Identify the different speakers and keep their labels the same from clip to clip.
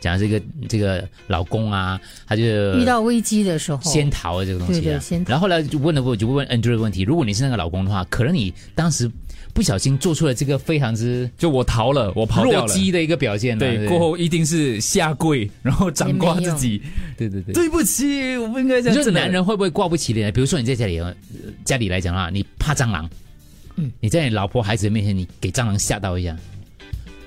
Speaker 1: 讲这个这个老公啊，他就遇
Speaker 2: 遇到危机的时候，
Speaker 1: 先逃的这个东西、啊。
Speaker 2: 对对先逃
Speaker 1: 然后后来就问了我，就问 Andrew 的问题：如果你是那个老公的话，可能你当时不小心做出了这个非常之
Speaker 3: 就我逃了，我跑掉
Speaker 1: 弱
Speaker 3: 了。
Speaker 1: 鸡的一个表现、啊。
Speaker 3: 对，过后一定是下跪，然后掌掴自己。
Speaker 1: 对对对。
Speaker 3: 对不起，我不应该这
Speaker 1: 你
Speaker 3: 样。
Speaker 1: 说
Speaker 3: 真的
Speaker 1: 男人会不会挂不起脸？比如说你在家里，呃家里来讲啊，你怕蟑螂，嗯，你在你老婆孩子的面前，你给蟑螂吓到一下，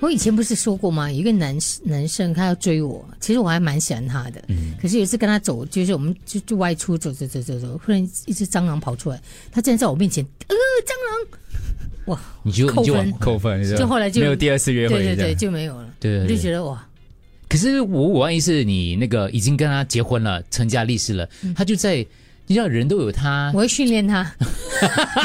Speaker 2: 我以前不是说过吗？有一个男男生他要追我，其实我还蛮喜欢他的。可是有一次跟他走，就是我们就就外出走走走走走，忽然一只蟑螂跑出来，他竟然在我面前，呃，蟑螂，哇！
Speaker 1: 你就
Speaker 2: 扣
Speaker 1: 你就
Speaker 2: 分
Speaker 1: 往
Speaker 3: 扣分，你知道
Speaker 2: 就后来就
Speaker 3: 没有第二次约
Speaker 2: 对
Speaker 3: 会，
Speaker 2: 对
Speaker 3: 这
Speaker 2: 对，
Speaker 3: 样
Speaker 2: 就没有了。
Speaker 1: 对对
Speaker 2: 我
Speaker 1: 对
Speaker 2: 就觉得哇，
Speaker 1: 可是我我万一是你那个已经跟他结婚了，成家立室了，
Speaker 2: 嗯
Speaker 1: 他就在，你知道人都有他
Speaker 2: 我，会训练他，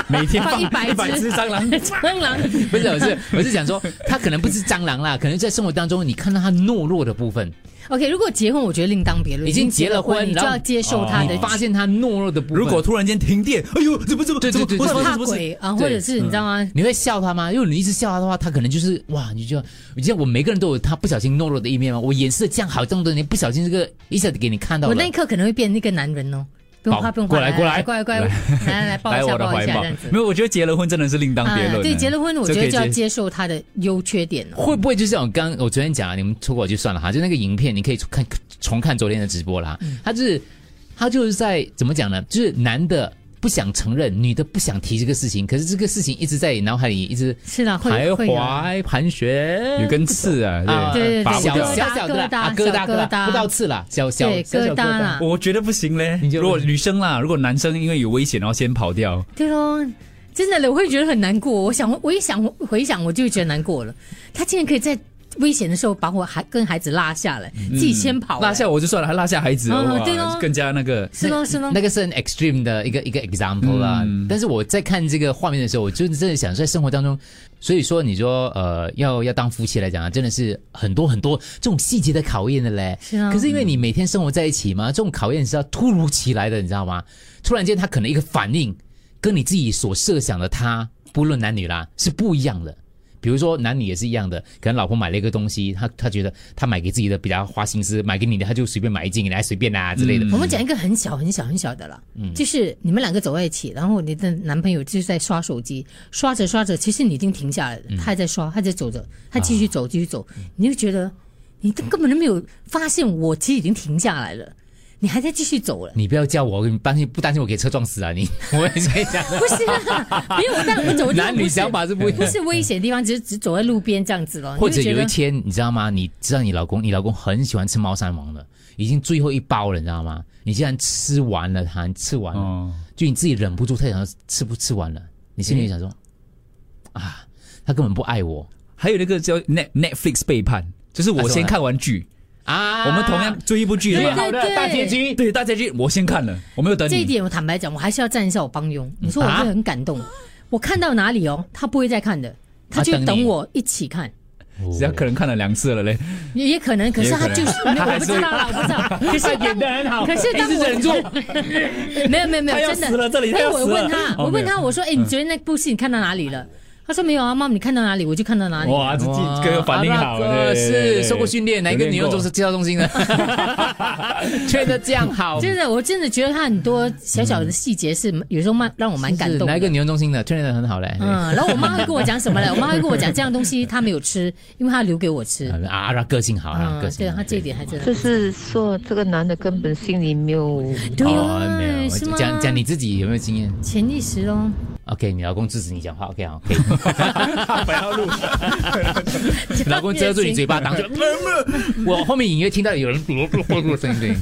Speaker 3: 每天
Speaker 2: 放
Speaker 3: 放
Speaker 2: 100
Speaker 3: 100
Speaker 2: 只，
Speaker 3: 只蟑 螂
Speaker 2: 蟑螂。
Speaker 1: 不是我是我是想说，他可能不是蟑螂啦，可能在生活当中你看到他懦弱的部分，
Speaker 2: OK，如果结婚，我觉得另当别论。
Speaker 1: 已经结了婚
Speaker 2: 婚，你就
Speaker 1: 然后
Speaker 2: 要接受他
Speaker 1: 哦
Speaker 2: 的
Speaker 1: 你发现他懦弱的部分，
Speaker 3: 如果突然间停电，哎呦，怎么怎么
Speaker 1: 对
Speaker 3: 怎
Speaker 1: 对对
Speaker 3: 么我
Speaker 1: 对
Speaker 2: 或
Speaker 3: 怎么
Speaker 1: 对
Speaker 2: 怕
Speaker 3: 怎么怎么
Speaker 2: 鬼啊，或者是你知道吗？
Speaker 1: 你会笑他吗？因为你一直笑他的话，他可能就是哇，你就要，你知道我每个人都有他不小心懦弱的一面吗？我掩饰的这样好这么多年，不小心这个一下子给你看到
Speaker 2: 我
Speaker 1: 了
Speaker 2: 那一。刻可能会变那个男人哦，不用
Speaker 3: 抱
Speaker 2: 怕，不用怕，
Speaker 3: 过来过来
Speaker 2: 来，乖乖，来来来，抱一
Speaker 3: 来
Speaker 2: 下，
Speaker 3: 我的
Speaker 2: 抱一
Speaker 3: 怀
Speaker 2: 下，
Speaker 3: 抱
Speaker 2: 这样子。
Speaker 3: 没有，我觉得结了婚真的是另当别论、
Speaker 2: 啊，对，结了婚，我觉
Speaker 3: 这可
Speaker 2: 得
Speaker 3: 以
Speaker 2: 就要接受他的优缺点了。
Speaker 1: 会不会就是像我刚我昨天讲啊，你们错过就算了哈，就那个影片你可以看重看昨天的直播啦。
Speaker 2: 嗯
Speaker 1: 他就是他就是在怎么讲呢？就是男的不想承认，女的不想提这个事情，可是这个事情一直在你脑海里一直
Speaker 2: 是啦，会
Speaker 1: 徘
Speaker 2: 会有
Speaker 1: 徊盘旋，
Speaker 3: 有根刺啊，对。
Speaker 1: 啊，
Speaker 2: 对对对
Speaker 1: 拔不
Speaker 2: 小
Speaker 1: 掉
Speaker 2: 疙瘩
Speaker 1: 小小的啦
Speaker 2: 疙瘩
Speaker 1: 啊疙瘩
Speaker 2: 小
Speaker 1: 疙
Speaker 2: 疙
Speaker 1: 瘩，
Speaker 2: 瘩
Speaker 1: 不到刺啦，小小
Speaker 2: 对
Speaker 1: 小小
Speaker 2: 疙瘩啦
Speaker 3: 我觉得不行嘞
Speaker 1: 你。就
Speaker 3: 如果女生啦，如果男生因为有危险然后先跑掉，
Speaker 2: 对咯，真的，我会觉得很难过。我想，我一想回想，我就觉得难过了。他竟然可以在危险的时候把我孩跟孩子拉下来，自己先跑了，
Speaker 3: 落嗯下我就算了，还落下孩子，
Speaker 2: 嗯
Speaker 3: 哇
Speaker 2: 对咯
Speaker 3: 更加那个。
Speaker 2: 是咯是咯
Speaker 1: 那。个是很 extreme 的一个一个 example 啦。但是我在看这个画面的时候，我就真的想在生活当中，所以说你说呃要要当夫妻来讲啊，真的是很多很多这种细节的考验的嘞。
Speaker 2: 是啊
Speaker 1: 可是因为你每天生活在一起嘛，这种考验是要突如其来的，你知道吗？突然间他可能一个反应跟你自己所设想的他，不论男女啦，是不一样的。比如说男女也是一样的，可能老婆买了一个东西，他他觉得他买给自己的比较花心思，买给你的他就随便买一件，你来随便啊之类的。
Speaker 2: 我们讲一个很小很小很小的了，
Speaker 1: 嗯
Speaker 2: 就是你们两个走在一起，然后你的男朋友就是在刷手机，刷着刷着，其实你已经停下来
Speaker 1: 嗯
Speaker 2: 了，他还在刷，他还在走着，
Speaker 1: 啊
Speaker 2: 他继续走，继续走，你就觉得你都根本都没有发现我其实已经停下来了，你还在继续 走了。
Speaker 1: 你不要叫我，你担心不担心我给车撞死啊？你， 我也在讲，
Speaker 2: 不是啊，没有，但我走的地方
Speaker 1: 男女
Speaker 2: 不是
Speaker 1: 想法是不一
Speaker 2: 不
Speaker 1: 样。
Speaker 2: 是危险的地方，只是只走在路边这样子咯。你
Speaker 1: 或
Speaker 2: 会
Speaker 1: 者
Speaker 2: 觉
Speaker 1: 有
Speaker 2: 得
Speaker 1: 一天，你知道吗？你知道你老公，你老公很喜欢吃猫山王的，已经最后一包了，你知道吗？你竟然吃完了它，你吃完了，
Speaker 3: 哦，
Speaker 1: 就你自己忍不住，太想要吃不吃完了，你心里想说，啊，他根本不爱我
Speaker 3: 还有那个叫 Net Netflix 背叛，就是
Speaker 2: 啊
Speaker 3: 我先看完剧，
Speaker 1: 啊！
Speaker 3: 我们同样追一部剧，
Speaker 1: 对
Speaker 3: 对
Speaker 1: 对
Speaker 3: 吧？
Speaker 1: 好的
Speaker 2: 对
Speaker 1: 大结局，
Speaker 3: 对，大结局我先看了，我没有等
Speaker 2: 这一
Speaker 3: 你。
Speaker 2: 点，我坦白讲，我还是要赞一下我帮佣。你说我
Speaker 1: 啊
Speaker 2: 会很感动，我看到哪里哦，他不会再看的，他就
Speaker 1: 他等你
Speaker 2: 等我一起看。
Speaker 3: 只要可能看了两次了嘞，
Speaker 2: 也也可能，可是他
Speaker 3: 也
Speaker 2: 就
Speaker 3: 有
Speaker 2: 是
Speaker 3: 可能
Speaker 2: 没有
Speaker 3: 他还
Speaker 2: 我
Speaker 3: 是
Speaker 2: 不知道 啦，我不知道。可是当
Speaker 1: 很好
Speaker 2: 可是当我
Speaker 1: 忍住，
Speaker 2: 没有没有没
Speaker 3: 他要
Speaker 2: 有，真
Speaker 3: 死了
Speaker 2: 的，
Speaker 3: 这里
Speaker 2: 因
Speaker 3: 他
Speaker 2: 为
Speaker 3: 要
Speaker 2: 我
Speaker 3: 死了
Speaker 2: 问他，
Speaker 3: 哦
Speaker 2: 我问
Speaker 3: 没
Speaker 2: 他，我说：“哎，你昨天那部戏你看到哪里了？”他说：“没有啊，妈，你看到哪里我就看到哪里。”
Speaker 1: 哦
Speaker 3: 哇，这这个反应
Speaker 2: 啊
Speaker 3: 好，
Speaker 1: 这
Speaker 3: 对对对对
Speaker 1: 是受过训练，哪一个女佣都是介绍中心的，吹得这样好，
Speaker 2: 真的，我真的觉得他很多小小的细节是有时候蛮让我蛮感
Speaker 1: 是
Speaker 2: 动
Speaker 1: 哪一个
Speaker 2: 的。
Speaker 1: 女佣中心的吹得很好嘞？
Speaker 2: 嗯，然后我妈会跟我讲什么呢？我妈会跟我讲这样东西她没有吃，因为她留给我吃。
Speaker 1: 啊啊，让个性好，让
Speaker 2: 嗯
Speaker 1: 个，性
Speaker 2: 对，
Speaker 1: 好。
Speaker 2: 她这一点还真
Speaker 4: 就
Speaker 2: 的
Speaker 4: 是说这个男的根本心里没有
Speaker 2: 对
Speaker 1: 哦，没
Speaker 2: 啊，
Speaker 1: 有
Speaker 2: 是吗？
Speaker 1: 讲讲你自己有没有经验
Speaker 2: 潜意识哦咯，
Speaker 1: ？OK，你老公制止你讲话，OK 好，可以。老公 遮住你嘴巴，挡住。我后面隐约听到有人的声音。对